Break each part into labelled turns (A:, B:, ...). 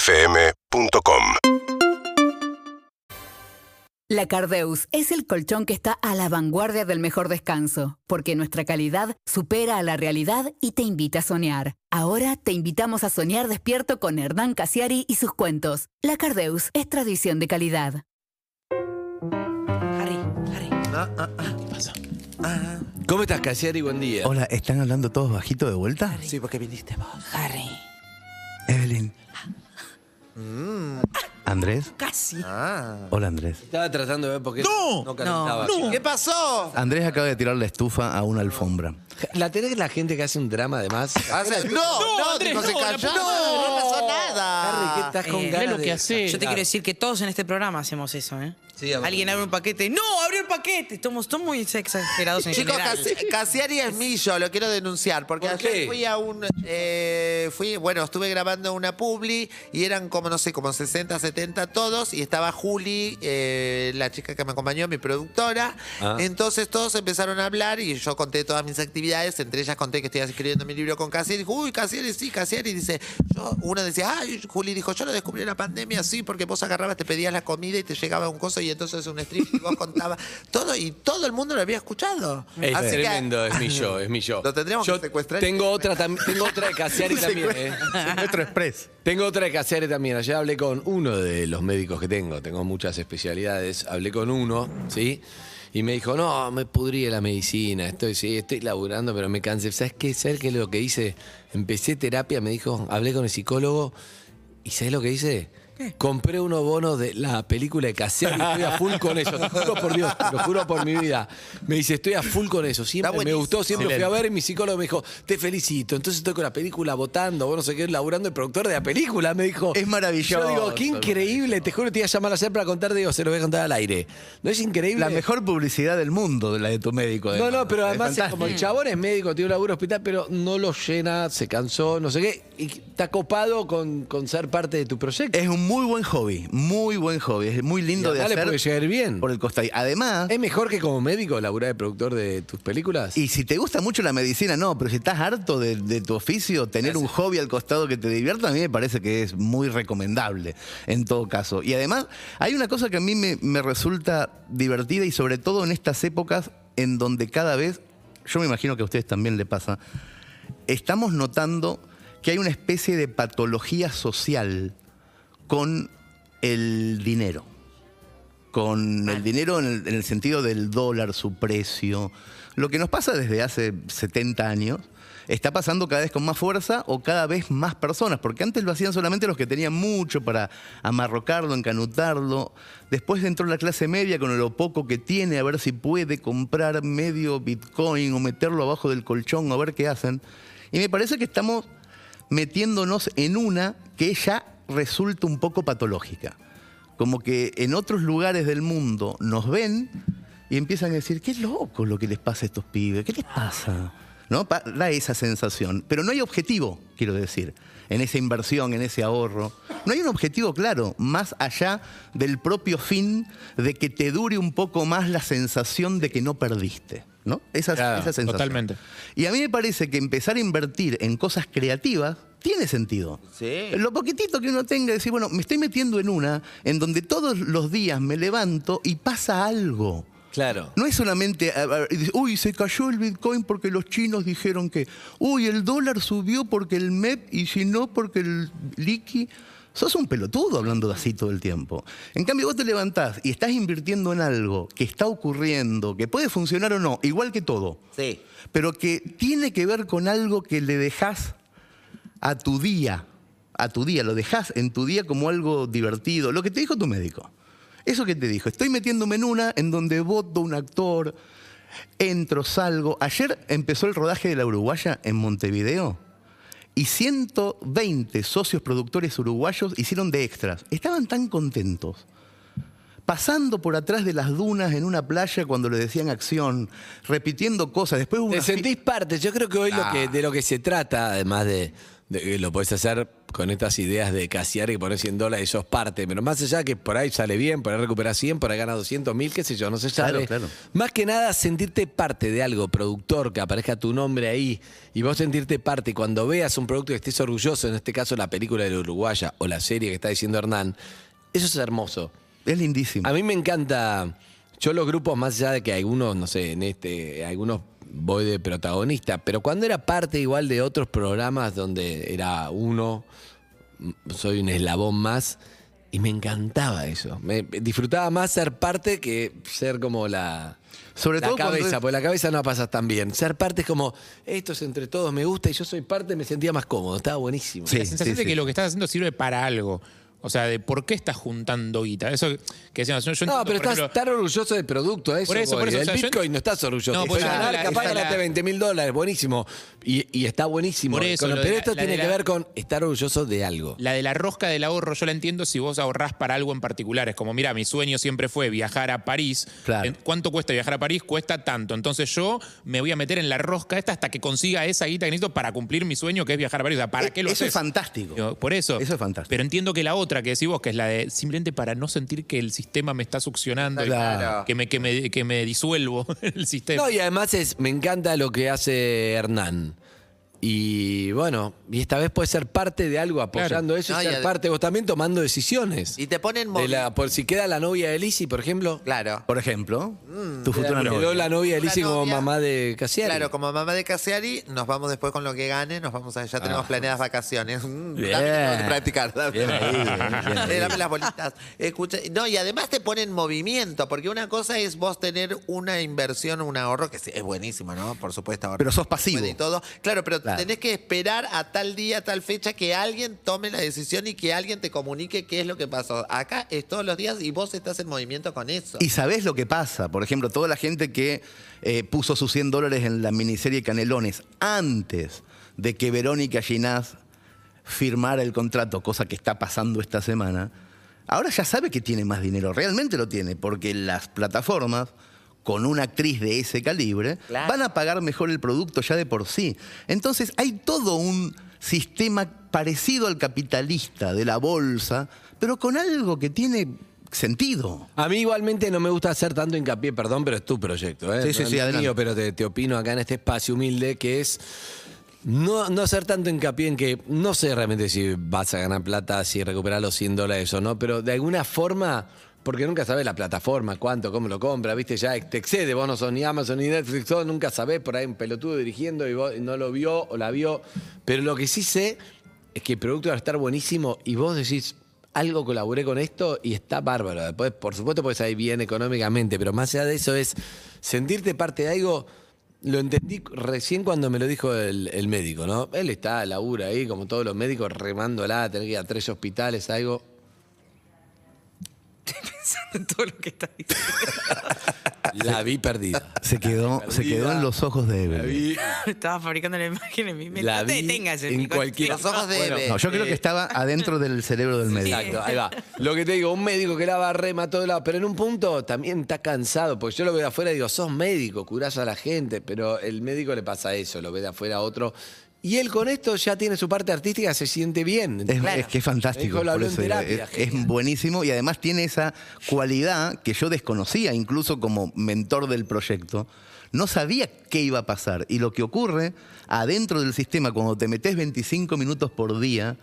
A: UrbanaPlayFM.com
B: La Cardeus es el colchón que está a la vanguardia del mejor descanso, porque nuestra calidad supera a la realidad y te invita a soñar. Ahora te invitamos a soñar despierto con Hernán Casiari y sus cuentos. La Cardeus es tradición de calidad.
C: Harry, Harry. ¿Qué pasa?
D: ¿Cómo estás, Casiari? Buen día.
E: Oh.
F: Hola, ¿están hablando todos bajito de vuelta?
C: Sí, porque viniste vos. Harry.
F: Evelyn. Mm. ¿Andrés? Ah.
C: Casi.
F: Hola, Andrés.
D: Estaba tratando de ver por qué
E: No,
D: no calentaba.
E: ¿Qué pasó?
F: Andrés acaba de tirar la estufa a una alfombra.
D: La tenés la gente que hace un drama, además.
E: Hace- No, no,
G: Andrés,
E: tipo, se
G: no, la
E: calló.
G: puta
E: No, no pasó nada.
D: Harry, que estás con
G: Eh,
D: ganas
G: ve lo
D: de-
G: que hace.
D: Yo
G: Yo
C: Yo te quiero decir que todos en este programa hacemos eso, ¿eh?
D: Sí, abre.
G: Alguien abre un paquete. ¡No! ¡Abrió el paquete! Somos, somos muy exagerados en
E: Chicos,
G: general.
E: Casi- Casiari es millo, lo quiero denunciar, porque
D: ¿Por
E: ayer
D: qué?
E: fui a un... eh, fui, bueno, estuve grabando una publi y eran como, no sé, como 60, 70 todos, y estaba Juli, eh, la chica que me acompañó, mi productora.
D: Ah.
E: Entonces todos empezaron a hablar y yo conté todas mis actividades, entre ellas conté que estoy escribiendo mi libro con Casiari. Dijo, uy, Casiari, sí, Casiari. Dice, yo, uno decía, ay, Juli dijo, yo lo descubrí en la pandemia, sí, porque vos agarrabas, te pedías la comida y te llegaba un coso y entonces un strip y vos contabas todo y todo el mundo lo había escuchado.
D: Es
E: Así que-
D: tremendo, es mi yo, es mi yo.
E: Lo tendríamos
D: Yo
E: que secuestrar.
D: Tengo otra, tam- tengo otra de Casiari también, ¿eh?
F: Nuestro express.
D: Tengo otra de Casiari también. Ayer hablé con uno de los médicos que tengo. Tengo muchas especialidades. Hablé con uno, ¿sí? Y me dijo, no, me pudrí la medicina. Estoy, sí, estoy laburando, pero me cansé. ¿Sabes qué? ¿Sabes qué es lo que hice? Empecé terapia, me dijo, hablé con el psicólogo. ¿Y sabes lo que hice? Compré unos bonos de la película de Casiari y estoy a full con eso. Te juro por Dios, te lo juro por mi vida. Me dice, estoy a full con eso. Siempre
E: Está
D: me
E: buenísimo.
D: gustó, siempre fui a ver y mi psicólogo me dijo, te felicito. Entonces estoy con la película votando, vos no sé qué, laburando el productor de la película, me dijo.
F: Es maravilloso.
D: Yo digo, qué increíble, te juro, te iba a llamar ayer para contar, digo, se lo voy a contar al aire. ¿No es increíble?
F: La mejor publicidad del mundo, la de tu médico.
D: No, no, pero
F: Es
D: además es como el
F: fantástico.
D: chabón es médico, tiene un laburo hospital, pero no lo llena, se cansó, no sé qué, y está copado con, con ser parte de tu proyecto.
F: Es un muy buen hobby, muy buen hobby. Es muy lindo
D: Y
F: de
D: acá le
F: hacer.
D: puede llegar bien.
F: Por el costado. Además,
D: ¿Es mejor que como médico laburar de productor de tus películas?
F: Y si te gusta mucho la medicina, no, pero si estás harto de, de tu oficio, tener un hobby al costado que te divierta, a mí me parece que es muy recomendable en todo caso. Y además, hay una cosa que a mí me, me resulta divertida y sobre todo en estas épocas en donde cada vez, yo me imagino que a ustedes también le pasa, estamos notando que hay una especie de patología social con el dinero. Con el dinero en el, en el sentido del dólar, su precio. Lo que nos pasa desde hace 70 años está pasando cada vez con más fuerza o cada vez más personas, porque antes lo hacían solamente los que tenían mucho para amarrocarlo, encanutarlo. Después entró la clase media con lo poco que tiene, a ver si puede comprar medio bitcoin o meterlo abajo del colchón, a ver qué hacen. Y me parece que estamos metiéndonos en una que ya resulta un poco patológica. Como que en otros lugares del mundo nos ven y empiezan a decir, qué loco lo que les pasa a estos pibes, ¿qué les pasa? ¿No? Pa- Da esa sensación. Pero no hay objetivo, quiero decir, en esa inversión, en ese ahorro. No hay un objetivo claro, más allá del propio fin de que te dure un poco más la sensación de que no perdiste. ¿No? Esa,
D: Claro,
F: esa sensación.
H: totalmente.
F: Y a mí me parece que empezar a invertir en cosas creativas tiene sentido.
E: Sí.
F: Lo poquitito que uno tenga, decir, bueno, me estoy metiendo en una en donde todos los días me levanto y pasa algo.
D: Claro.
F: No es solamente, a- a- y dice, uy, se cayó el Bitcoin porque los chinos dijeron que, uy, el dólar subió porque el MEP y si no porque el liqui. Sos un pelotudo hablando de así todo el tiempo. En cambio, vos te levantás y estás invirtiendo en algo que está ocurriendo, que puede funcionar o no, igual que todo
E: Sí.
F: pero que tiene que ver con algo que le dejas a tu día, a tu día, lo dejas en tu día como algo divertido, lo que te dijo tu médico. Eso que te dijo, estoy metiéndome en una en donde voto un actor, entro, salgo. Ayer empezó el rodaje de la Uruguaya en Montevideo y 120 socios productores uruguayos hicieron de extras. Estaban tan contentos pasando por atrás de las dunas en una playa cuando le decían acción, repitiendo cosas. Después hubo
D: Te
F: una fi-
D: sentís parte. Yo creo que hoy lo que, de lo que se trata, además de, de que lo podés hacer con estas ideas de casear y poner 100 dólares y sos parte. Pero más allá que por ahí sale bien, por ahí recuperas 100, por ahí ganas 200 mil, qué sé yo, no se sabe.
F: Claro, claro.
D: Más que nada sentirte parte de algo, productor, que aparezca tu nombre ahí y vos sentirte parte. Y Cuando veas un producto que estés orgulloso, en este caso la película de la Uruguaya o la serie que está diciendo Hernán, eso es hermoso.
F: Es lindísimo.
D: A mí me encanta. Yo los grupos, más allá de que algunos, no sé, en este, algunos voy de protagonista, pero cuando era parte igual de otros programas donde era uno, m- soy un eslabón más, y me encantaba eso. Me disfrutaba más ser parte que ser como la.
F: Sobre
D: la
F: todo cuando
D: cabeza,
F: es-
D: porque la cabeza no la pasas tan bien. Ser parte es como, esto es entre todos, me gusta y yo soy parte, me sentía más cómodo, estaba buenísimo.
F: Sí,
H: la sensación
F: sí,
H: de que
F: sí.
H: lo que estás haciendo sirve para algo. O sea, de por qué estás juntando guita. Eso que decíamos, yo
D: No,
H: entiendo,
D: pero
H: por
D: estás
H: ejemplo,
D: tan orgulloso del producto, a eso.
H: Por eso,
D: voy.
H: por eso,
D: Del
H: o sea, yo-
D: Bitcoin no estás orgulloso.
H: No,
D: No,
H: por
D: pues
H: eso
D: ganar,
H: la-
D: capaz
H: esa
D: ganaste
H: la-
D: 20 mil dólares, buenísimo. Y, y está buenísimo.
H: Por eso,
D: Con-
H: lo de
D: pero
H: la-
D: esto
H: la
D: tiene
H: de
D: que
H: la-
D: ver con estar orgulloso de algo.
H: La de la rosca del ahorro, yo la entiendo si vos ahorrás para algo en particular. Es como, mira, mi sueño siempre fue viajar a París.
F: Claro.
H: En- ¿Cuánto cuesta viajar a París? Cuesta tanto. Entonces yo me voy a meter en la rosca esta hasta que consiga esa guita que necesito para cumplir mi sueño, que es viajar a París. O sea, ¿para
F: E-
H: qué lo
F: Eso es
H: haces?
F: fantástico.
H: Digo, Por eso.
F: Eso es fantástico.
H: Pero entiendo que la otra que decís vos, que es la de simplemente para no sentir que el sistema me está succionando, y
F: Claro.
H: que, me, que, me, que me disuelvo en el sistema.
D: No, y además es, me encanta lo que hace Hernán. Y bueno, y esta vez puedes ser parte de algo apoyando eso y
E: No, y
D: ser
E: ade-
D: parte vos también tomando decisiones.
E: Y te ponen
D: De
E: movi-
D: la, por si queda la novia de Lizzy, por ejemplo.
E: Claro.
F: Por ejemplo, tu futura
D: Quedó
F: novia.
D: la novia de
E: La
D: Lizzy como
E: novia.
D: mamá de Casiari.
E: Claro, como mamá de Casiari, nos vamos después con lo que gane, nos vamos a, ya tenemos planeadas vacaciones. Mm,
F: Ah. Bien.
E: dame que tengo que practicar. dame.
F: Bien ahí, bien, bien ahí.
E: Eh, dame las bolitas. Escucha, no, y además te ponen movimiento, porque una cosa es vos tener una inversión, un ahorro, que sí, es buenísimo, ¿no? Por supuesto, ahorro.
F: Pero sos pasivo.
E: Y todo. Claro, pero
F: Claro.
E: tenés que esperar a tal día, tal fecha, que alguien tome la decisión y que alguien te comunique qué es lo que pasó. Acá es todos los días y vos estás en movimiento con eso.
F: Y sabés lo que pasa. Por ejemplo, toda la gente que eh, puso sus 100 dólares en la miniserie Canelones antes de que Verónica Ginás firmara el contrato, cosa que está pasando esta semana, ahora ya sabe que tiene más dinero. Realmente lo tiene, porque las plataformas con una actriz de ese calibre
E: Claro.
F: van a pagar mejor el producto ya de por sí. Entonces hay todo un sistema parecido al capitalista de la bolsa, pero con algo que tiene sentido.
D: A mí igualmente no me gusta hacer tanto hincapié, perdón, pero es tu proyecto. ¿eh?
F: Sí, sí,
D: No es
F: sí,
D: mío,
F: adelante.
D: pero te, te opino acá en este espacio humilde que es no, no hacer tanto hincapié en que no sé realmente si vas a ganar plata, si recuperar los 100 dólares o no, pero de alguna forma, porque nunca sabes la plataforma, cuánto, cómo lo compra, viste, ya te excede, vos no sos ni Amazon ni Netflix, todo, nunca sabés, por ahí un pelotudo dirigiendo y vos no lo vio o la vio, pero lo que sí sé es que el producto va a estar buenísimo y vos decís, algo colaboré con esto y está bárbaro. Después, por supuesto, puedes salir bien económicamente, pero más allá de eso es sentirte parte de algo. Lo entendí recién cuando me lo dijo el, el médico, ¿no? Él está, labura ahí, como todos los médicos, remándola, tener que ir a tres hospitales, algo.
G: en todo lo que está diciendo.
D: La vi perdida.
F: Ah, Se quedó, se quedó en los ojos de
D: La
F: Evelyn.
D: vi,
G: Estaba fabricando la imagen en mi mente.
D: la
G: no te
D: vi
G: detengas,
D: en
G: Enrico.
D: cualquier...
E: Los ojos de Eve.
F: No, yo creo
D: Eh.
F: que estaba adentro del cerebro del médico.
D: Exacto, ahí va. Lo que te digo, un médico que lava rema a todo lado, pero en un punto también está cansado, porque yo lo veo de afuera y digo, sos médico, curás a la gente, pero el médico le pasa eso, lo ve de afuera a otro. Y él con esto ya tiene su parte artística, se siente bien.
F: Es, es que es fantástico.
D: Dijo, lo
F: por
D: habló
F: eso
D: en
F: digo,
D: terapia,
F: es, es
D: genial.
F: buenísimo y además tiene esa cualidad que yo desconocía, incluso como mentor del proyecto. No sabía qué iba a pasar. Y lo que ocurre adentro del sistema, cuando te metes 25 minutos por día,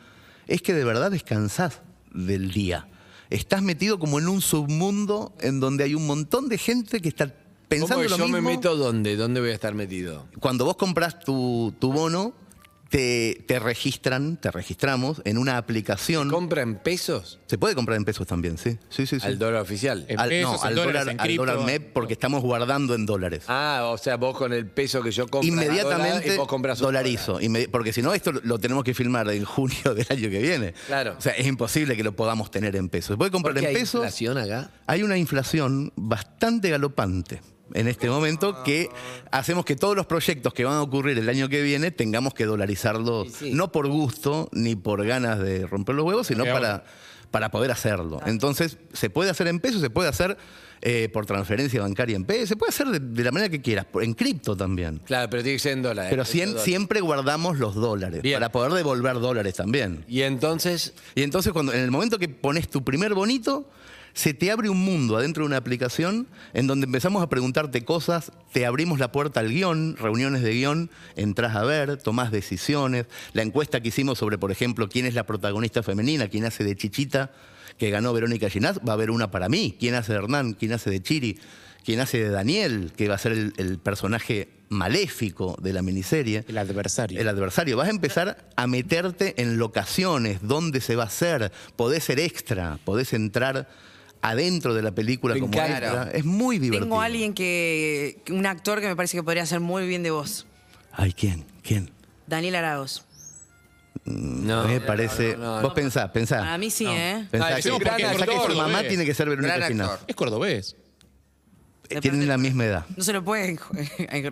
F: es que de verdad descansás del día. Estás metido como en un submundo en donde hay un montón de gente que está
D: ¿Cómo
F: pensando
D: que
F: lo
D: yo me
F: mismo.
D: meto dónde? ¿Dónde voy a estar metido?
F: cuando vos compras tu, tu bono, te, te registran, te registramos en una aplicación.
D: ¿Compra en pesos?
F: Se puede comprar en pesos también, sí. Sí, sí, sí.
D: Al dólar oficial.
H: En
F: Al-
H: pesos,
F: no,
H: en
F: al
H: dólares,
F: dólar,
H: en
F: al
H: cripto.
F: dólar MEP porque estamos guardando en dólares.
D: Ah, o sea, vos con el peso que yo compro. a dólar
F: Inmediatamente
D: y vos compras un dólar.
F: dolarizo, inmedi- porque si no esto lo tenemos que filmar en junio del año que viene.
D: Claro.
F: O sea, es imposible que lo podamos tener en pesos. Se puede
D: ¿Por
F: comprar
D: qué
F: en
D: hay
F: pesos.
D: inflación acá?
F: Hay una inflación bastante galopante. en este
D: Ah.
F: momento que hacemos que todos los proyectos que van a ocurrir el año que viene tengamos que dolarizarlos, no por gusto ni por ganas de romper los huevos, sino
H: Ok,
F: para, para poder hacerlo. Entonces, se puede hacer en pesos, se puede hacer eh, por transferencia bancaria en pesos, se puede hacer de, de la manera que quieras, por- en cripto también.
D: Claro, pero tiene que ser en dólares.
F: Pero
D: Eso
F: siem-
D: dólares.
F: siempre guardamos los dólares
D: Bien.
F: para poder devolver dólares también.
D: Y entonces,
F: Y entonces cuando en el momento que pones tu primer bonito, se te abre un mundo adentro de una aplicación en donde empezamos a preguntarte cosas, te abrimos la puerta al guión, reuniones de guión, entras a ver, tomás decisiones, la encuesta que hicimos sobre, por ejemplo, quién es la protagonista femenina, quién hace de Chichita, que ganó Verónica Ginás, va a haber una para mí, quién hace de Hernán, quién hace de Chiri, quién hace de Daniel, que va a ser el, el personaje maléfico de la miniserie.
H: El adversario.
F: El adversario. Vas a empezar a meterte en locaciones, dónde se va a hacer. Podés ser extra, podés entrar adentro de la película
D: Me
F: como
D: encanta.
F: extra. Es muy divertido.
G: Tengo a alguien que. Un actor que me parece que podría hacer muy bien de voz.
F: Ay, ¿quién? ¿Quién?
G: Daniel Araos.
D: no,
F: a mí me parece... Vos pensá, pensá.
G: A mí sí, ¿eh.
F: Pensá
D: Ah,
F: que,
D: decimos porque
F: pensá
D: es
F: que su
D: gordo,
F: mamá
H: eh.
F: tiene que ser Verónica
E: Gran
F: Ginás.
E: actor.
H: Es cordobés.
F: Eh, Tienen la misma edad.
G: No se lo pueden jo-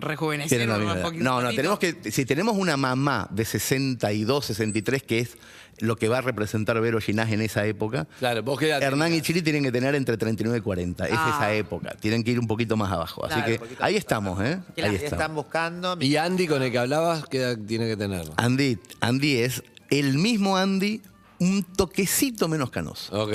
G: rejuvenecer.
F: Tienen la
G: un
F: misma edad.
G: poquito.
F: No, no, tenemos que. Si tenemos una mamá de 62, 63, que es lo que va a representar Vero Ginás en esa época,
D: claro, vos quedate.
F: Hernán y Chiri tienen que tener entre 39 y 40. Es
G: Ah.
F: esa época. Tienen que ir un poquito más abajo. Así
E: Claro, un
F: que
E: poquito
F: ahí
E: más
F: estamos, ¿eh?
E: Ahí
F: Ahí
E: están
F: estamos.
E: buscando. mi-
D: Y Andy, con el que hablabas, ¿qué edad tiene que tener?
F: Andy, Andy es el mismo Andy, un toquecito menos canoso.
D: Ok.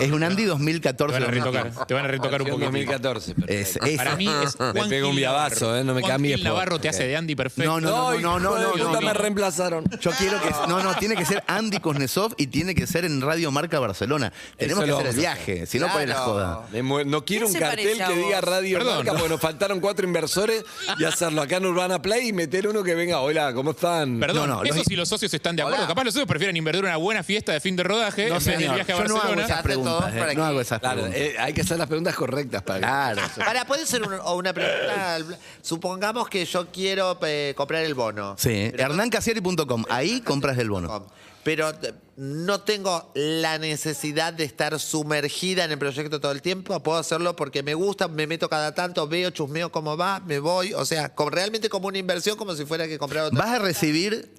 F: es un Andy 2014.
H: Te van a
F: 2015.
H: retocar. Te van a retocar un
D: Versión
H: poquito.
D: 2014. perfecto.
F: Es, es-
H: Para mí es
D: Me
H: Juan
D: pego un
H: Gil
D: viabazo,
H: Navarro.
D: eh, no me
H: Juan
D: cambies
H: Gil
D: por-
H: Navarro te hace de Andy
F: No,
H: perfecto.
F: no, no,
D: Ay,
F: no, no,
D: hijo de
F: no, no,
D: puta, me
F: no.
D: reemplazaron.
F: yo quiero que. No, no, tiene que ser Andy Kuznetsov y tiene que ser en Radio Marca Barcelona. Tenemos que
D: Eso lo
F: hacer el
D: vamos a
F: viaje, si no, ¿cuál es la
E: Claro.
F: joda?
D: Me mue- No quiero
G: ¿Quién
D: un
G: se
D: cartel
G: parece a
D: que
G: vos?
D: diga Radio
H: Perdón.
D: Marca, porque nos faltaron cuatro inversores y hacerlo acá en Urbana Play y meter uno que venga, hola, ¿cómo están?
H: Perdón,
F: No, no,
H: eso
F: los-
H: si los socios están de acuerdo.
E: Hola.
H: Capaz los socios prefieren invertir una buena fiesta de fin de rodaje
F: No,
H: Eh, en vez del
F: señor.
H: viaje a
F: Yo no hago
H: Barcelona.
F: esas
E: Hace todo
F: preguntas. eh. No
E: para que-
F: hago esas
D: Claro,
F: preguntas.
D: eh, hay que hacer las preguntas correctas para
H: Ah,
D: que-
F: Claro.
E: Ahora, ¿puede ser un- o una pregunta? al- Supongamos que yo quiero eh, comprar el bono.
F: Sí, ¿eh? hernancasieri.com. Ahí compras el bono.
E: Pero eh, no tengo la necesidad de estar sumergida en el proyecto todo el tiempo. Puedo hacerlo porque me gusta, me meto cada tanto, veo, chusmeo cómo va, me voy. O sea, como- realmente como una inversión, como si fuera que comprar otra.
F: Vas a recibir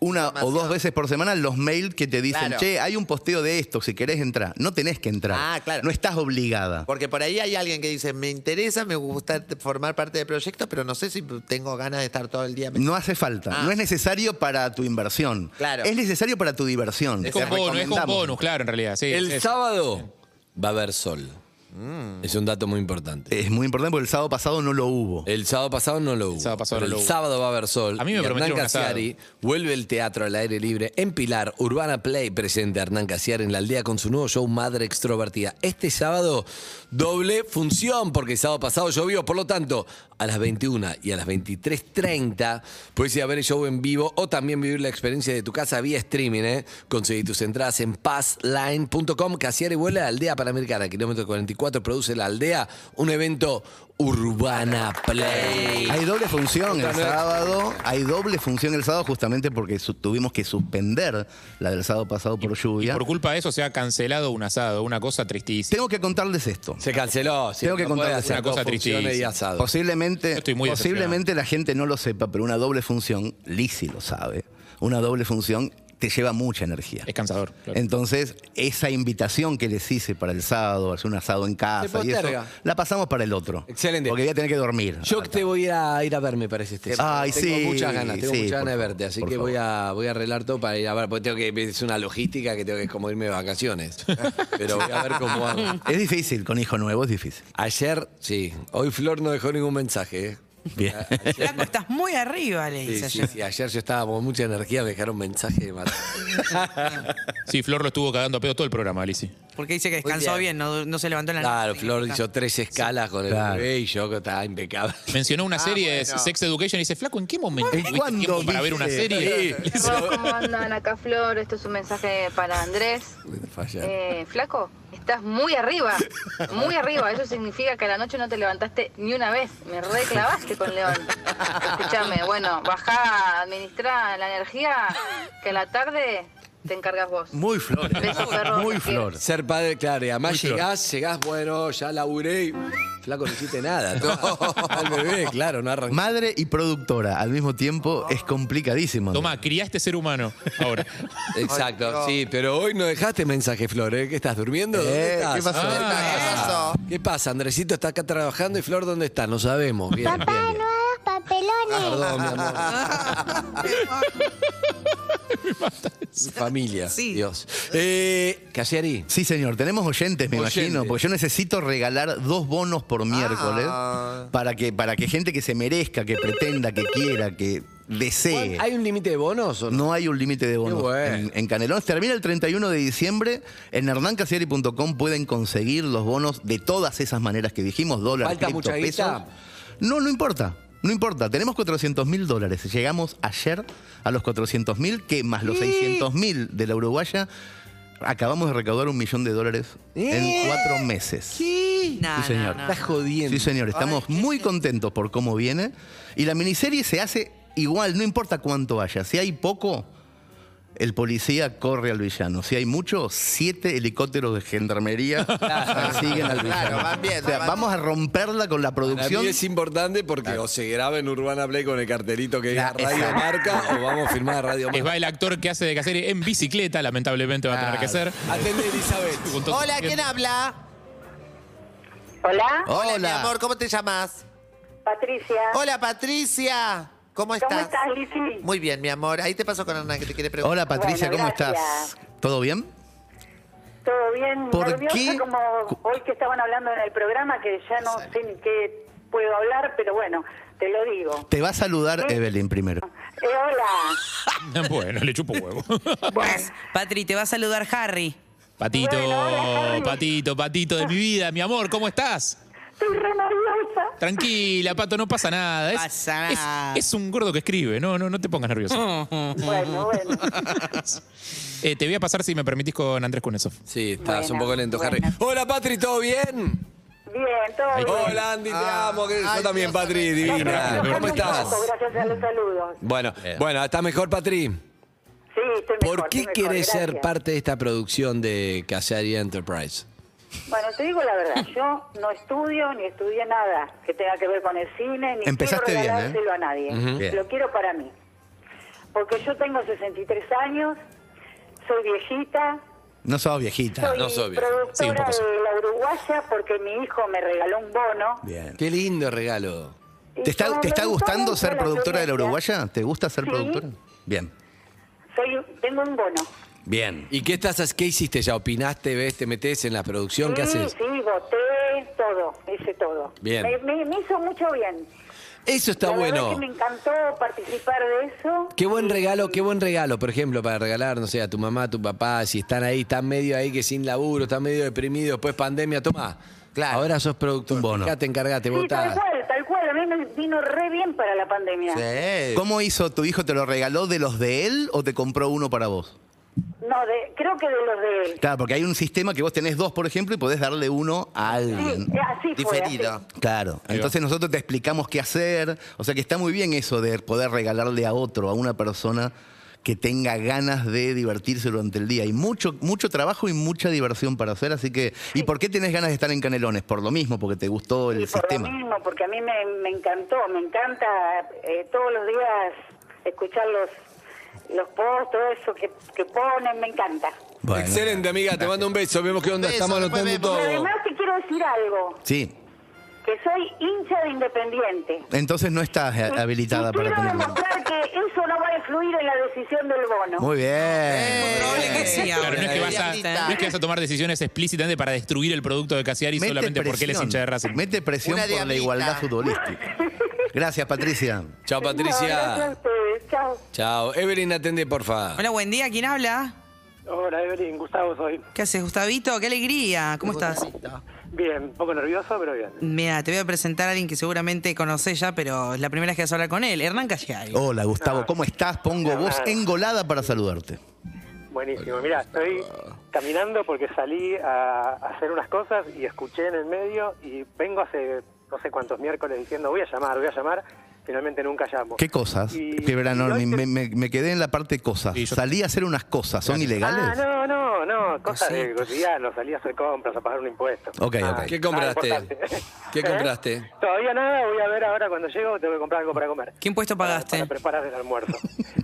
F: una o dos veces por semana los mails que te dicen,
E: Claro.
F: che, hay un posteo de esto, si querés entrar. No tenés que entrar.
E: Ah, claro.
F: No estás obligada.
E: Porque por ahí hay alguien que dice, me interesa, me gusta formar parte del proyecto, pero no sé si tengo ganas de estar todo el día.
F: No hace falta.
E: Ah.
F: No es necesario para tu inversión.
E: Claro.
F: Es necesario para tu diversión.
H: Es con
F: Te
H: bonus, es con
F: recomendamos.
H: bonus, claro, en realidad. Sí,
D: El
H: es-
D: sábado va a haber sol. Es un dato muy importante.
F: Es muy importante porque el sábado pasado no lo hubo.
D: El sábado pasado no lo hubo.
H: sábado pasado
D: pero
H: no lo
D: el
H: hubo.
D: sábado va a haber sol.
H: A mí
D: Y
H: me
D: Hernán
H: prometieron un asado.
D: Casiari vuelve el teatro al aire libre en Pilar. Urbana Play presenta a Hernán Casiari en la aldea con su nuevo show Madre Extrovertida. Este sábado doble función porque el sábado pasado llovió. Por lo tanto, a las 21 y a las 23.30 puedes ir a ver el show en vivo o también vivir la experiencia de tu casa vía streaming. ¿eh? Conseguí tus entradas en passline.com. Casiari vuelve a la aldea panamericana, kilómetro 44. Produce la aldea, un evento Urbana Play.
F: Hay doble función el
D: Otra nueva
F: sábado. Hay doble función el sábado justamente porque su- tuvimos que suspender la del sábado pasado por lluvia.
H: Por culpa de eso se ha cancelado un asado, una cosa tristísima.
F: Tengo que contarles esto.
D: Se canceló. sí,
F: Tengo que
D: no puede
F: contarles
D: hacer
H: una cosa
D: dos funciones
H: tristísima.
D: y asado.
F: Posiblemente,
H: Yo estoy muy
F: posiblemente la gente no lo sepa, pero una doble función, Lisi lo sabe, una doble función te lleva mucha energía.
H: Es cansador. claro.
F: Entonces, esa invitación que les hice para el sábado, hacer un asado en casa y eso,
D: posterga.
F: la pasamos para el otro.
D: Excelente.
F: Porque voy a tener que dormir.
D: Yo te voy a ir a ver, me parece este.
F: Ay,
D: tengo
F: sí,
D: muchas ganas, tengo
F: sí, por
D: muchas ganas de
F: favor,
D: verte, así
F: por
D: que
F: favor.
D: voy a, voy a arreglar todo para ir a ver, porque tengo que, es una logística que tengo que es como irme de vacacionnes. Pero voy a ver cómo hago.
F: Es difícil, con hijo nuevo es difícil.
D: Ayer, sí, hoy Flor no dejó ningún mensaje. ¿eh?
F: Bien.
G: Flaco, estás muy arriba, le
D: Sí,
G: dice
D: sí,
G: ayer.
D: sí, ayer yo estaba con mucha energía, me dejaron mensaje de matar.
H: Sí, Flor lo estuvo cagando a pedo todo el programa, Lisi.
G: Porque dice que descansó bien, no, no se levantó en la
D: Claro,
G: noche.
D: Flor hizo tres escalas con el
F: Claro.
D: bebé y yo estaba impecable.
H: Mencionó una serie de Sex Education y dice, flaco, ¿en qué momento
F: Ah, ¿En
H: tuviste
F: cuándo
H: tiempo para ver
F: viste?
H: una serie?
D: Sí.
I: Arroz, ¿Cómo andan acá, Flor? Esto es un mensaje para Andrés.
D: Falla.
I: Eh, flaco, estás muy arriba, muy arriba. Eso significa que a la noche no te levantaste ni una vez. Me reclavaste con León. Escúchame, bueno, bajá, administrá la energía, que a la tarde te encargas vos.
F: Muy flor. eh.
I: Beso, perro,
F: Muy
I: te quiero.
F: flor.
D: Ser padre, claro, y además
H: Muy claro.
D: llegás, llegás, bueno, ya laburé y flaco, no hiciste nada. Al bebé, claro, no arrancó.
F: Madre y productora al mismo tiempo es complicadísimo.
H: Toma, criá este ser humano. Ahora.
E: Ay,
D: Exacto,
E: no.
D: sí, pero hoy no dejaste mensaje, Flor, ¿eh? ¿Qué estás durmiendo?
F: Eh,
D: ¿Dónde estás? Ah.
F: ¿qué pasó?
E: ¿Qué pasó?
D: ¿Qué pasa? Andresito está acá trabajando y Flor, ¿dónde está? No sabemos. Bien, bien, bien. Ah,
J: hagas papelones.
D: Perdón, mi amor. Mi Familia.
G: Sí.
D: Dios. Eh, Casiari.
F: Sí, señor, tenemos oyentes, me
D: Oyentes.
F: imagino, porque yo necesito regalar dos bonos por miércoles para que para que gente que se merezca, que pretenda, que quiera, que desee.
D: ¿Hay un límite de bonos o no?
F: No hay un límite de bonos.
D: Qué bueno.
F: En, en Canelones termina el 31 de diciembre. En hernancasieri.com pueden conseguir los bonos de todas esas maneras que dijimos, dólares,
D: ¿Falta
F: cripto,
D: mucha
F: pesos.
D: guita?
F: No, no importa. No importa, tenemos 400 mil dólares. Llegamos ayer a los 400 mil, que más los 600 mil de la Uruguaya, acabamos de recaudar un millón de dólares
D: Eh,
F: en cuatro meses.
G: No,
F: Sí, señor.
G: no, no.
D: Estás
F: Sí,
D: jodiendo.
F: señor, estamos muy contentos por cómo viene. Y la miniserie se hace igual, no importa cuánto haya. Si hay poco, el policía corre al villano. Si hay mucho, siete helicópteros de gendarmería persiguen al villano.
E: Claro, van
F: O
E: viendo,
F: sea,
E: van-
F: vamos a romperla con la
D: Para mí
F: producción.
D: es importante porque o se graba en Urbana Play con el cartelito que diga
F: Claro,
D: Radio
F: exacto.
D: Marca o vamos a firmar Radio
H: Es
D: Marca.
H: va el actor que hace de Caseri en bicicleta, lamentablemente va a tener que ser.
D: Atende Elizabeth.
H: Con todo-
E: Hola, ¿quién habla?
I: Hola,
E: Hola, mi amor, ¿cómo te llamas?
I: Patricia.
E: Oh. Hola, Patricia. ¿Cómo estás?
I: ¿Cómo estás, Lizzy?
E: Muy bien, mi amor. Ahí te paso con Ana que te quiere preguntar.
F: Hola Patricia,
I: Bueno,
F: ¿cómo
I: gracias.
F: estás? ¿Todo bien?
I: ¿Todo bien?
F: ¿Por
I: Nerviosa
F: qué?
I: como hoy que estaban hablando en el programa, que ya no sé ni qué puedo hablar, pero bueno, te lo digo.
F: Te va a saludar Evelyn primero.
I: Eh, hola.
H: Bueno, le chupo huevo.
I: Bueno,
G: Patri, te va a saludar Harry.
H: Patito,
I: Bueno, hola, Harry.
H: patito, patito de mi vida, mi amor, ¿cómo estás?
I: estoy re nerviosa.
H: Tranquila, pato, no pasa nada. Es,
G: Pasa nada.
H: Es, es un gordo que escribe, no, no, no te pongas nervioso.
I: Bueno, bueno.
H: Eh, te voy a pasar, si me permitís, con Andrés Kunesov.
D: Sí, estás
I: Buena,
D: un poco lento, Harry.
I: buena.
D: Hola, Patri, ¿todo bien?
I: Bien, todo
H: Ahí
I: bien.
H: está.
D: Hola, Andy, te
E: Ah,
D: amo. que-
E: ay,
D: Yo también,
E: Dios,
D: Patri,
E: Dios,
D: divina.
I: Estoy
D: ¿Cómo
I: aflojando un
D: estás?
I: poco, Gracias a los saludos.
D: Bueno, bueno, ¿estás mejor, Patri?
I: Sí, estoy mejor,
D: ¿Por qué
I: estoy mejor,
D: querés ser
I: gracias.
D: parte de esta producción de Casari Enterprise?
I: Bueno, te digo la verdad, yo no estudio ni estudié nada que tenga que ver con el cine, ni
F: Empezaste
I: quiero
F: bien, ¿eh?
I: regalárselo a nadie.
F: Ujú. Bien.
I: Lo quiero para mí. Porque yo tengo 63 años, soy viejita,
F: No sos viejita.
I: soy
D: Ah, no soy vieja.
H: Sí, un
I: productora
H: poco sí.
I: de la Uruguaya porque mi hijo me regaló un bono.
F: Bien.
D: Qué lindo regalo.
I: Y
F: ¿Te está,
I: como
F: te está
I: me gustó
F: gustando
I: mucho
F: ser productora de la
I: experiencia,
F: Uruguaya? ¿Te gusta ser
I: Sí.
F: productora? Bien.
I: Soy, tengo un bono.
F: Bien.
D: ¿Y qué estás, as- qué hiciste ya? ¿Opinaste, ves, te metes en la producción? ¿Qué
I: Mm, sí,
D: haces?
I: sí, voté, todo, hice todo.
D: Bien.
I: Me, me- me hizo mucho bien.
D: Eso está
I: La verdad
D: bueno.
I: que me encantó participar de eso.
D: Qué buen regalo, qué buen regalo, por ejemplo, para regalar, no sé, a tu mamá, a tu papá, si están ahí, están medio ahí que sin laburo, están medio deprimidos, después pandemia, toma.
E: Claro.
D: Ahora sos productor,
F: Un bono.
D: fíjate, encargate,
I: Sí, tal
D: votá.
I: cual, Eh, tal cual. A mí me vino re bien para la pandemia.
G: Eh.
E: Sí.
F: ¿Cómo hizo tu hijo? ¿Te lo regaló de los de él o te compró uno para vos?
I: No, de, creo que de los de él.
F: Claro, porque hay un sistema que vos tenés dos, por ejemplo, y podés darle uno a alguien.
I: Sí, así fue.
E: Diferido.
I: así.
F: Claro.
H: va.
F: Entonces nosotros te explicamos qué hacer. O sea que está muy bien eso de poder regalarle a otro, a una persona que tenga ganas de divertirse durante el día. Hay mucho, mucho trabajo y mucha diversión para hacer, así que... ¿Y por qué tenés ganas de estar en Canelones? Por lo mismo, porque te gustó el
I: Y por
F: sistema.
I: lo mismo, porque a mí me, me encantó, me encanta eh, todos los días escuchar los, los posts, todo eso que, que ponen, me encanta.
F: Bueno.
D: Excelente, amiga, te mando un beso, vemos qué onda,
E: Beso,
D: estamos
E: después
D: anotando
I: Y
E: vemos.
D: todo.
I: además te quiero decir algo,
F: Sí.
I: que soy hincha de Independiente.
F: Entonces no estás eh, habilitada
I: Y
F: para
I: quiero
F: tener...
I: demostrar que eso no va a influir en la decisión del bono.
F: Muy bien.
G: Eh, Probable que sí,
H: Claro, no es, que vas a,
G: ahorita.
H: no es que vas a tomar decisiones explícitamente para destruir el producto de Casiari
F: Mete
H: solamente porque él es
F: presión.
H: hincha de Racing.
F: Mete presión
E: Una
F: por la
E: diablita.
F: igualdad futbolística. Gracias, Patricia.
D: Chao,
I: No, gracias a
D: Patricia.
I: ustedes, Eh, chao.
D: Chao. Evelyn, atende, porfa.
G: Hola, buen día. ¿Quién habla?
J: Hola, Evelyn, Gustavo soy.
G: ¿Qué haces, Gustavito? ¡Qué alegría! ¿Cómo estás?
J: Bien, un poco nervioso, pero bien.
G: Mira, te voy a presentar a alguien que seguramente conocés ya, pero es la primera vez que vas a hablar con él. Hernán Casiari.
F: Hola, Gustavo, ¿cómo estás? Pongo voz engolada para saludarte.
J: Buenísimo. Mira, estoy caminando porque salí a hacer unas cosas y escuché en el medio y vengo hace no sé cuántos miércoles diciendo voy a llamar, voy a llamar finalmente nunca llamo.
F: ¿Qué cosas?
J: Y-
F: Que verano,
J: y hoy
F: me,
J: te-
F: me- me quedé en la parte cosas.
H: Sí, yo-
F: Salí a hacer unas cosas. ¿Son
J: Ah,
F: ilegales?
J: no, no, no, cosas de
C: Cositas.
J: cotidiano, salí a hacer compras, a pagar un impuesto.
F: Ok,
J: Ah,
F: ok.
D: ¿Qué
J: nada
D: compraste?
J: importante.
D: ¿Qué
J: ¿Eh?
D: compraste?
J: Todavía nada, voy a ver ahora cuando llego, tengo que comprar algo para comer.
G: ¿Qué impuesto
J: Para-
G: pagaste?
J: Para, preparar el almuerzo.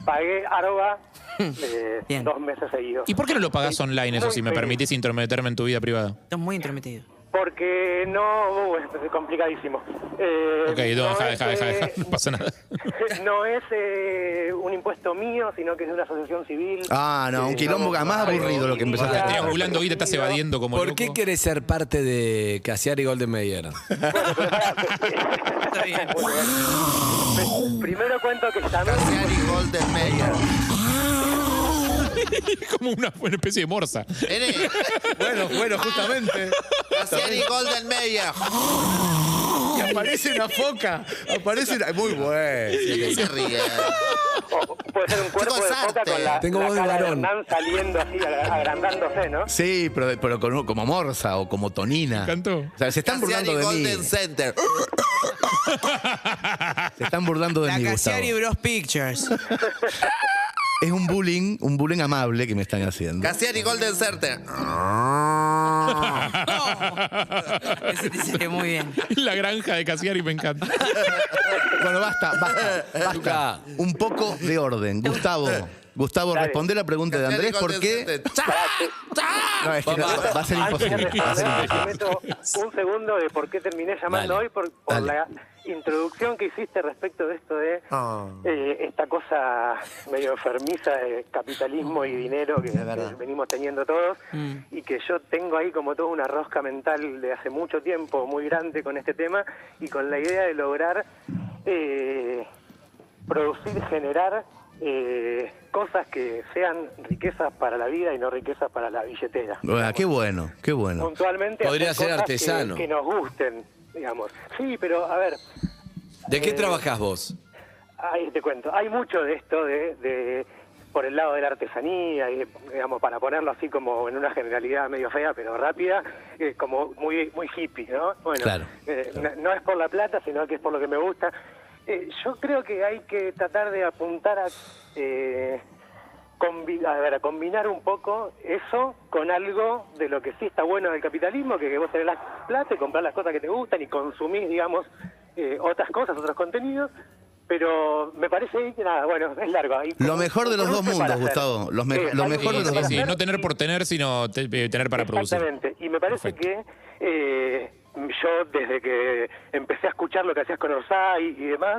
J: Pagué arroba eh,
G: Bien.
J: dos meses seguidos.
H: ¿Y por qué no lo pagás online eso,
J: Muy
H: si me
J: feliz.
H: permitís intrometerme en tu vida privada?
G: Estás muy intrometido.
J: Porque no, uh, es complicadísimo. Eh,
H: Ok, no, deja,
J: es,
H: deja, deja,
J: eh,
H: deja,
D: este,
H: no pasa nada.
J: No es eh, un impuesto mío, sino que es de una asociación civil.
F: Ah, no, un
J: Eh,
F: quilombo
J: no,
F: más
J: no,
F: aburrido lo que
J: no,
F: empezaste a
J: no,
F: hacer.
H: Triangulando guita, estás evadiendo como
D: ¿Por
H: loco.
D: qué querés ser parte de Casiar y Golden Mayer?
J: Bueno, pero pará, está bien. Bueno, Primero cuento que llamé.
E: Cassiari Golden Mayer.
H: como una, una especie de morsa.
E: Nene,
F: Bueno, bueno, justamente.
E: Cassiari Golden Mayer.
F: Y aparece una foca. Aparece una... Muy bueno.
E: ¿De qué se ríe?
J: o- Puede ser un cuerpo de
E: González.
J: foca con la,
D: Tengo
J: la
D: voz de
J: cara
D: varón.
J: Hernán saliendo así, agra- agrandándose, ¿no?
F: Sí, pero, pero con- como morsa o como tonina.
H: Me encantó.
F: O sea, se están
E: Cassiari
F: burlando de mí.
E: Golden Center.
F: Se están burlando de
G: La
F: mí, Gustavo.
G: Casiari Bros Pictures.
F: Es un bullying, un bullying amable que me están haciendo.
E: Cassiari Golden Center.
F: Ah.
G: Ese te salió muy bien.
H: La granja de Casiari me encanta.
F: Bueno, basta,
J: Eh,
F: basta, basta. Un poco de orden. Gustavo, Gustavo,
J: Dale.
F: responde la pregunta de Andrés, ¿por
E: Golden
F: qué?
E: Center. ¡Chá!
F: No, es que no,
D: Papá.
F: va a ser
J: Antes de
F: imposible. Va a ser
J: responder, te
F: imposible.
J: meto un segundo de por qué terminé llamando
D: Dale,
J: hoy, por, por
F: dale.
J: la introducción que hiciste respecto de esto de
E: Ah.
J: eh, esta cosa medio enfermiza de capitalismo y dinero que,
E: Es verdad.
J: que venimos teniendo todos
D: Mm.
J: y que yo tengo ahí como toda una rosca mental de hace mucho tiempo muy grande con este tema y con la idea de lograr eh, producir, generar eh, cosas que sean riquezas para la vida y no riquezas para la billetera
F: Bueno, qué bueno, qué bueno.
J: puntualmente
D: Podría
J: hacer
D: ser
J: cosas que-
D: artesano.
J: que, nos gusten digamos sí pero a ver
D: ¿De qué
J: Eh,
D: trabajás vos?
J: ahí te cuento hay mucho de esto de, de- por el lado de la artesanía y, digamos para ponerlo así como en una generalidad medio fea pero rápida eh, como muy muy hippie no bueno
F: Claro,
J: eh, No, no es por la plata sino que es por lo que me gusta Eh, yo creo que hay que tratar de apuntar a eh, combi- a ver, a combinar un poco eso con algo de lo que sí está bueno del capitalismo, que, que vos tenés la plata y comprar las cosas que te gustan y consumís, digamos, eh, otras cosas, otros contenidos. Pero me parece que nada, bueno, es largo. Hay como
F: Lo mejor de los
J: un
F: dos
J: cruce
F: mundos,
J: para hacer.
F: Gustavo. Los me-
J: Sí,
F: lo
J: hay un
F: mejor de
H: Sí,
F: los
J: cruce
F: dos
H: sí,
J: para
H: sí,
J: hacer
H: No tener por tener, sino te- eh, tener para producir.
J: Exactamente. Y me parece que eh, yo desde que empecé a escuchar lo que hacías con Orsay y, demás,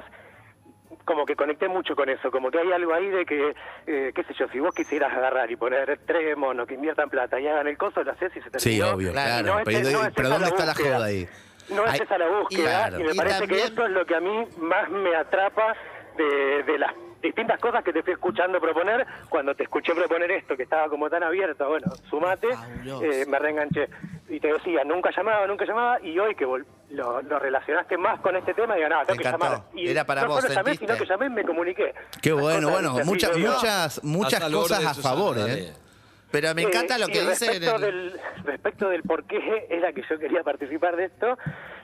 J: como que conecté mucho con eso, como que hay algo ahí de que, eh, qué sé yo, si vos quisieras agarrar y poner tres monos que inviertan plata y hagan el coso, lo haces y se termina.
F: Sí, obvio,
E: Claro,
F: claro.
J: es-
F: Pero,
J: no es
F: pero
J: esa
F: ¿dónde está la
J: búsqueda.
F: joda ahí?
J: No es
F: Ay,
J: esa la búsqueda,
F: claro.
J: y me
E: Y
J: parece
E: también-
J: que esto es lo que a mí más me atrapa de, de las distintas cosas que te fui escuchando proponer. Cuando te escuché proponer esto, que estaba como tan abierto, bueno, sumate,
G: Fabuloso.
J: eh, me reenganché. Y te decía, nunca llamaba, nunca llamaba, y hoy que vol- lo, lo relacionaste más con este tema, digo, nada, tengo
E: Me
J: que
E: encantó.
J: llamar. Y
E: Era para
J: no
E: vos,
J: solo llamé, sino
E: ¿sentiste?
J: que llamé y me comuniqué.
F: Qué
J: Las
F: bueno,
J: cosas
F: bueno,
J: que así
F: muchas,
J: yo digo,
F: muchas, muchas
D: Hasta el borde
F: cosas
D: de
F: a
D: Susana,
F: favor,
D: dale.
F: ¿eh?
E: Pero me
J: Eh,
E: encanta lo
J: y
E: que dice en
J: Respecto,
E: el-
J: del, respecto del por qué era que yo quería participar de esto,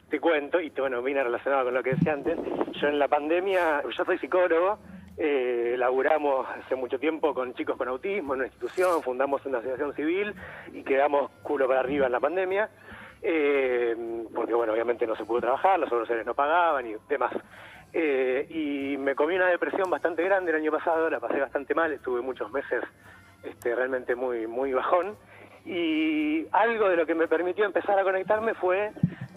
J: te cuento, y bueno, viene relacionado con lo que decía antes. Yo en la pandemia, yo soy psicólogo, eh, laburamos hace mucho tiempo con chicos con autismo en una institución, fundamos una asociación civil y quedamos culo para arriba en la pandemia. eh, porque bueno, obviamente no se pudo trabajar, los sobreseres no pagaban y demás. Eh, y me comí una depresión bastante grande el año pasado, la pasé bastante mal, estuve muchos meses este, realmente muy, muy bajón. Y algo de lo que me permitió empezar a conectarme fue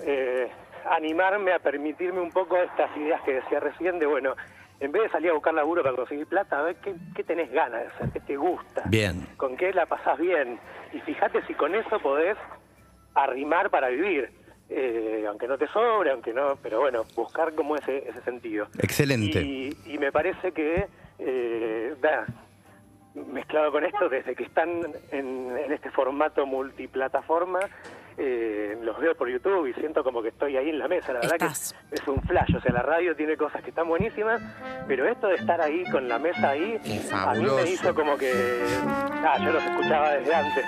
J: eh, animarme a permitirme un poco estas ideas que decía recién de, bueno, en vez de salir a buscar laburo para conseguir plata, a ver qué, qué tenés ganas de hacer, qué te gusta,
F: Bien.
J: con qué la pasás bien. Y fíjate si con eso podés arrimar para vivir. Eh, aunque no te sobre, aunque no, pero bueno, buscar como ese, ese sentido.
F: Excelente.
J: Y, y me parece que, eh, da, mezclado con esto, desde que están en, en este formato multiplataforma, eh, los veo por YouTube y siento como que estoy ahí en la mesa. La verdad
G: Estás.
J: que es un flash. O sea, la radio tiene cosas que están buenísimas, pero esto de estar ahí con la mesa ahí, a mí
E: fabuloso.
J: me hizo como que. Ah, yo los escuchaba desde antes.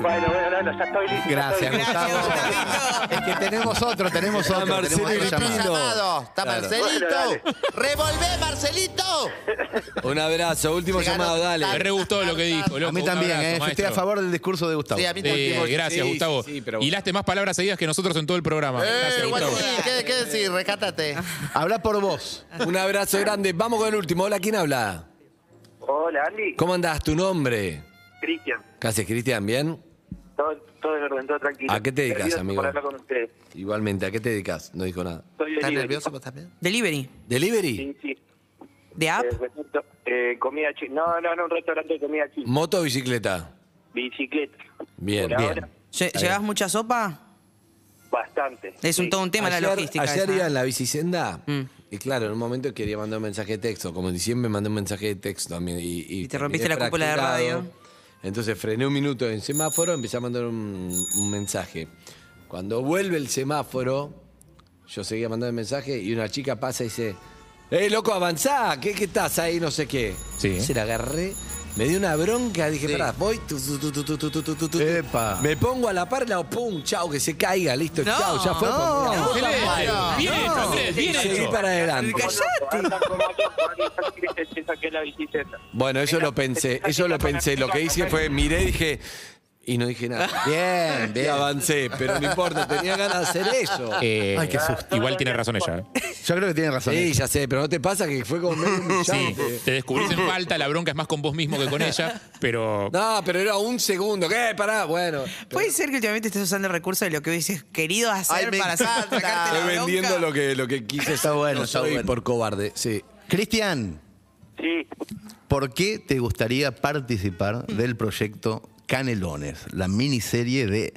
K: Bueno, bueno, no, no, ya estoy listo. ya
F: Gracias,
K: estoy listo.
F: Gustavo. Es que tenemos otro, tenemos
D: Está
F: otro. tenemos
D: Marcelo
F: otro
J: Está
F: llamado.
J: llamado. Está
D: Claro.
J: Marcelito.
K: Bueno,
J: ¡Revolvé, Marcelito!
D: Un abrazo, último
J: Llegaron
D: llamado,
H: Me
J: tarde.
D: dale.
H: re gustó lo que dijo, loco.
F: A mí
H: Un
F: también,
H: abrazo,
F: eh, yo estoy
H: maestro.
F: a favor del discurso de Gustavo.
J: Sí, a mí
H: Sí,
J: también.
H: gracias,
D: sí,
H: Gustavo.
D: sí, pero-
H: Hilaste más palabras seguidas que nosotros en todo el programa.
J: Eh,
H: gracias,
J: bueno,
H: Gustavo.
J: sí, ¿qué, qué decir? Recátate.
F: Habla por vos.
D: Un abrazo grande. Vamos con el último. Hola, ¿quién habla?
K: Hola, Andy.
D: ¿Cómo andás? ¿Tu nombre?
K: Cristian.
D: ¿Qué haces, Cristian? ¿Bien?
K: Todo, todo en orden, todo tranquilo.
D: ¿A qué te dedicas,
K: Nervioso
D: amigo?
K: Por hablar con ustedes.
D: Igualmente, ¿a qué te dedicas? No dijo nada.
K: Soy
J: ¿Estás
K: delivery.
J: nervioso vos también?
G: Delivery.
D: ¿Delivery?
K: Sí, sí.
G: De app.
K: Eh, respecto- eh, comida china. No, no, no, un restaurante de comida china.
D: ¿Moto o bicicleta?
K: Bicicleta.
D: Bien,
K: Por
D: bien.
K: ahora,
G: Lle-
D: Está
G: ¿Llevas
D: bien.
G: mucha sopa?
K: bastante.
G: Es un,
K: Sí.
G: todo un tema la
D: Ayer-
G: logística.
D: Ayer
G: esa,
D: iba
G: ¿eh?
D: en la bicisenda
G: Mm.
D: y claro, en un momento quería mandar un mensaje de texto. Como en diciembre mandé un mensaje de texto también. Y,
G: Y te
D: terminé
G: rompiste la cúpula de
D: fracturado.
G: radio.
D: Entonces frené un minuto en semáforo, empecé a mandar un, un mensaje. Cuando vuelve el semáforo, yo seguía mandando el mensaje y una chica pasa y dice, ¡Eh, loco, avanzá! ¿Qué, qué estás ahí? No sé qué.
H: Sí.
D: Se la agarré. Me dio una bronca, dije, pará, voy. tu, tu, tu, tu, tu, tu, tu, tu, tu".
F: Epa.
D: Me pongo a la par, la pum, chao, que se caiga, listo,
G: No,
D: chao, ya fue.
F: no.
D: porque la-
H: Bien hecho, bien hecho, Andrés, bien
D: Seguí
H: hecho.
D: para adelante.
K: Saqué la bicicleta.
D: Bueno, eso lo pensé, eso lo pensé. Lo que hice fue miré y dije. Y no dije nada. Bien, bien. avancé, pero no importa, tenía ganas de hacer eso.
H: Eh,
F: Ay, qué susto.
H: Igual tiene razón ella. ¿eh?
F: Yo creo que tiene razón.
D: Sí, ya sé, pero no te pasa que fue como medio
H: Sí,
D: humillante.
H: te descubrís en falta, la bronca es más con vos mismo que con ella, pero
D: No, pero era un segundo. ¿Qué? Pará, bueno.
G: Puede ser que últimamente estés usando el recurso de lo que hubieses querido
J: Ay,
G: hacer
J: me
G: para
J: encanta.
G: sacarte la
D: Estoy vendiendo
G: bronca?
D: lo que, lo que quise.
F: Está
D: ser.
F: bueno,
D: No
F: está
D: soy
F: bueno.
D: por cobarde, sí.
F: ¿eh? Cristian,
K: Sí.
F: ¿por qué te gustaría participar del proyecto Canelones, la miniserie de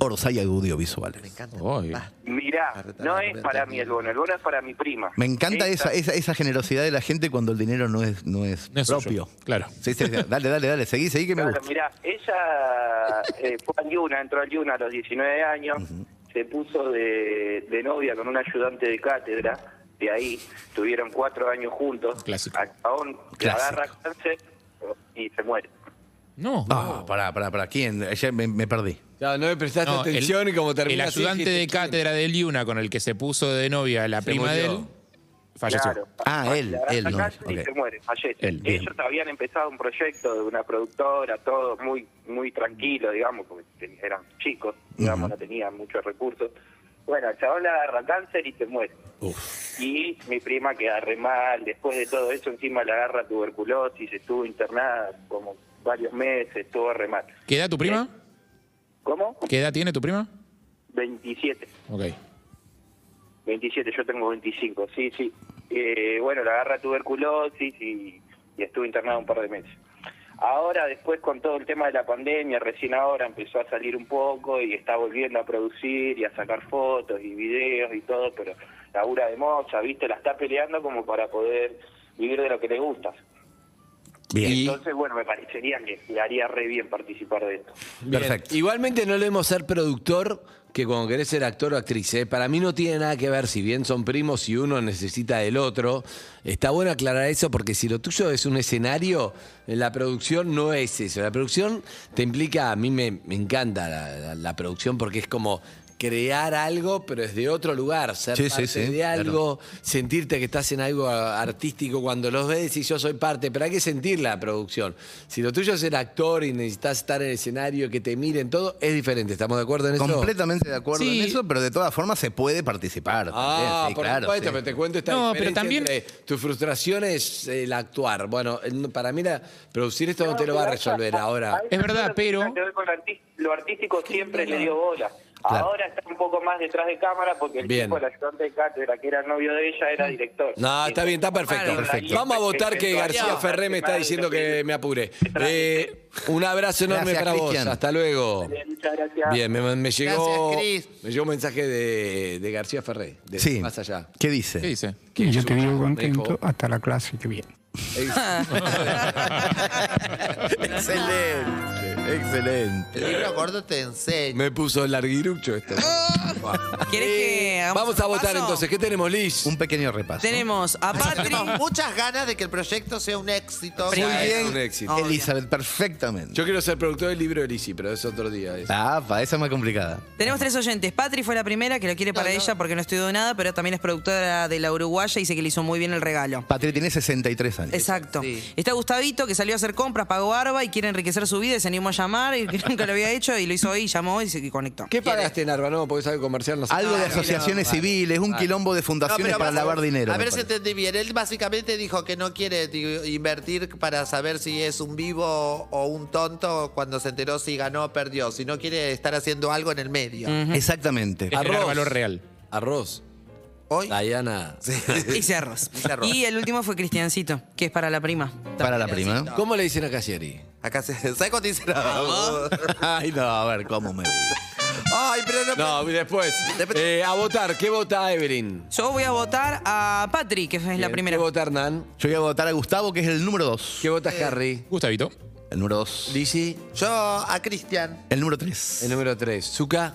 F: Orsay
J: Me
F: Audiovisuales?
J: encanta.
H: Oy.
J: Va.
K: Mirá, no es para mí el bono, el bono es para mi prima.
F: Me encanta
K: Esta-
F: esa, esa, esa generosidad de la gente cuando el dinero no es, no es,
H: No es suyo,
F: propio.
H: claro.
F: Sí, sí, sí. Dale, dale, dale. Seguí, seguí que me
K: Claro,
F: gusta.
K: mirá, ella eh, fue a Yuna, entró a Yuna a los 19 años, se puso de, de novia con un ayudante de cátedra, de ahí, tuvieron cuatro años juntos,
H: Clásico.
K: a Caón le
F: Clásico.
K: agarra cáncer y se muere.
H: no.
F: Ah, pará, pará, pará. ¿Quién? Ayer me, me perdí.
D: Ya, no me prestaste
H: No, el-
D: atención y como terminé.
H: el ayudante de cátedra de Liuna con el que se puso de novia la
D: Se
H: prima de
D: murió.
H: él falleció.
K: Claro.
F: Ah,
K: Le
F: él,
K: agarra
F: él, no,
K: cáncer y
F: ok.
K: se muere, fallece.
H: Él, bien.
K: Ellos este. Eh, habían empezado un proyecto de una productora, todo muy muy tranquilo, digamos, porque ten- eran chicos, digamos, no tenían muchos recursos. Bueno, el chabón le agarra cáncer y se muere. Y mi prima queda re mal, después de todo eso encima le agarra tuberculosis, estuvo internada como varios meses, estuvo re mal.
H: ¿Qué edad tu prima?
K: ¿Cómo?
H: ¿Qué edad tiene tu prima?
K: 27.
H: Ok.
K: 27, yo tengo 25, sí, sí. Eh, bueno, la agarra tuberculosis y, y estuve internado un par de meses. Ahora, después con todo el tema de la pandemia, recién ahora empezó a salir un poco y está volviendo a producir y a sacar fotos y videos y todo, pero labura de mocha, ¿viste? La está peleando como para poder vivir de lo que le gusta.
F: Bien.
K: Entonces, bueno, me parecería que le haría re bien participar de esto.
D: Bien.
F: Perfecto.
D: Igualmente no leemos ser productor que cuando querés ser actor o actriz. ¿eh? Para mí no tiene nada que ver si bien son primos y uno necesita del otro. Está bueno aclarar eso porque si lo tuyo es un escenario, la producción no es eso. La producción te implica, a mí me, me encanta la, la- la producción porque es como crear algo pero desde otro lugar, ser
F: Sí, sí,
D: parte
F: sí,
D: de
F: claro.
D: algo, sentirte que estás en algo a- artístico cuando los ves y yo soy parte, pero hay que sentir la producción. Si lo tuyo es ser actor y necesitas estar en el escenario, que te miren todo, es diferente. ¿Estamos de acuerdo en eso?
F: Completamente de acuerdo
H: Sí.
F: en eso, pero de todas formas se puede participar.
D: Ah,
F: también, sí,
D: por
F: claro,
D: supuesto,
F: sí.
D: pero te cuento esta
H: No, pero
D: diferencia
H: también-
D: entre tu frustración es el actuar. Bueno, el- para mí la- producir esto no te lo va a resolver ahora.
K: Hay personas
H: verdad,
K: que
H: pero-
K: tienen que ver con lo arti- lo artístico siempre le dio bola. Ahora está un poco más detrás de cámara porque el
D: Bien.
K: tipo, el ayudante de cátedra, que era novio de ella, era director.
D: No, está bien, está perfecto.
G: Claro,
F: perfecto.
D: Vamos a votar que García Ferré me está diciendo que me apure. Eh, un abrazo enorme
F: Gracias,
D: para vos.
F: Cristian.
D: Hasta luego.
K: Muchas gracias.
D: Bien, me, me llegó,
J: Gracias, Cris.
D: me llegó un mensaje de, de García Ferré, de
F: Sí.
D: más allá.
F: ¿Qué dice?
H: ¿Qué dice?
D: Que yo te digo
A: hasta la clase que viene.
D: Excelente.
F: Excelente.
E: El libro gordo te enseña.
D: Me puso larguirucho esto.
G: ¿Quieres que hagamos
D: Vamos
G: un
D: a votar
G: repaso?
D: entonces. ¿Qué tenemos, Liz?
F: Un pequeño repaso.
G: Tenemos a Patri.
E: Tenemos muchas ganas de que el proyecto sea un éxito.
G: Muy
E: Ya es
D: bien.
E: un-
D: Un éxito.
G: Obvio.
F: Elizabeth, perfectamente.
D: Yo quiero ser productor del libro de Lizzy, pero es otro día. eso.
F: Ah, pa, esa es más complicada.
G: Tenemos tres oyentes. Patri fue la primera que lo quiere para ella porque no estudió nada, pero también es productora de la Uruguaya y dice que le hizo muy bien el regalo.
F: Patri tiene 63 años.
G: Exacto.
E: Sí.
G: Está Gustavito que salió a hacer compras, pagó barba y quiere enriquecer su vida y se animó a llamar y que nunca lo había hecho y lo hizo hoy y llamó y se y conectó.
D: ¿Qué pagaste en Arba? No, porque es algo comercial. No sé.
F: Algo de
D: Ah,
F: asociaciones civiles, un quilombo de
E: No,
F: fundaciones
E: pero
F: para
E: vas a-
F: lavar dinero.
E: A
F: me
E: ver si
F: parece.
E: entendí bien. Él básicamente dijo que no quiere digo, invertir para saber si es un vivo o un tonto cuando se enteró si ganó o perdió, si no quiere estar haciendo algo en el medio.
F: Exactamente.
H: Es generar
D: Arroz.
H: valor real.
D: Arroz.
E: Hoy.
D: Diana.
G: Y cerros.
E: Hice arroz.
G: Y el último fue Cristiancito, que es para la prima.
F: Para la prima.
D: ¿Cómo le dicen a Cassieri?
E: Acá se. ¿Sabes cuándo dice nada?
F: Ay, no, a ver, ¿cómo me
E: Ay, pero no.
D: No, después. Eh, a votar. ¿Qué vota Evelyn?
G: Yo voy a votar a Patri, que es la
D: Bien.
G: primera.
D: ¿Qué vota Hernán?
F: Yo voy a votar a Gustavo, que es el número 2.
D: ¿Qué vota Harry?
H: Gustavito.
F: El número 2.
D: Lizzy.
E: Yo a Cristian.
F: El número 3.
D: El
F: El
D: número 3. Zuka.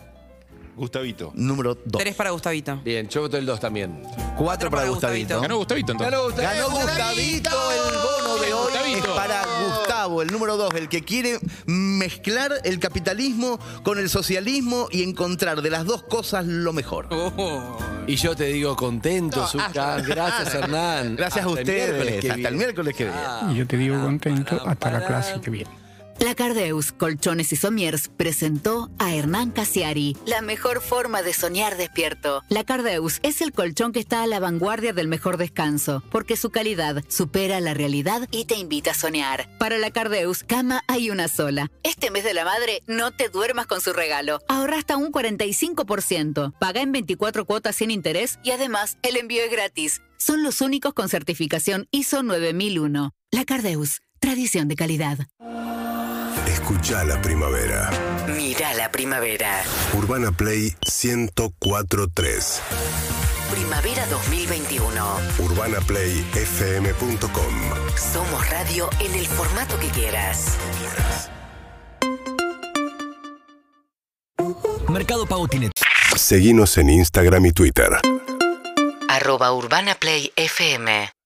L: Gustavito.
F: número 2.
G: Tres para Gustavito.
D: Bien, yo voto el 2 también.
F: 4 para
G: para
F: Gustavito.
H: Ganó Gustavito entonces.
F: Ganó Gustavito. El bono de hoy es
H: Gustavito.
F: para Gustavo, el número 2, el que quiere mezclar el capitalismo con el socialismo y encontrar de las dos cosas lo mejor.
G: Oh.
D: Y yo te digo contento, Zuka. Gracias, Hernán.
F: Gracias a
D: Hasta el miércoles Ah,
F: ustedes.
D: que
F: Hasta el
D: viene.
F: miércoles que viene.
D: Y yo te digo contento hasta la clase que viene.
B: La Cardeus Colchones y Somiers presentó a Hernán Casiari. La mejor forma de soñar despierto. La Cardeus es el colchón que está a la vanguardia del mejor descanso, porque su calidad supera la realidad y te invita a soñar. Para la Cardeus, cama hay una sola. Este mes de la madre, no te duermas con su regalo. Ahorra hasta un 45%. Paga en 24 cuotas sin interés y además el envío es gratis. Son los únicos con certificación ISO 9001. La Cardeus, tradición de calidad.
A: Escucha la primavera.
B: Mira la primavera.
A: Urbana Play 1043.
B: Primavera 2021.
A: UrbanaPlayFM.com.
B: Somos radio en el formato que quieras.
M: Mercado Pago tiene
A: Seguinos en Instagram y Twitter.
B: Arroba Urbana Play FM.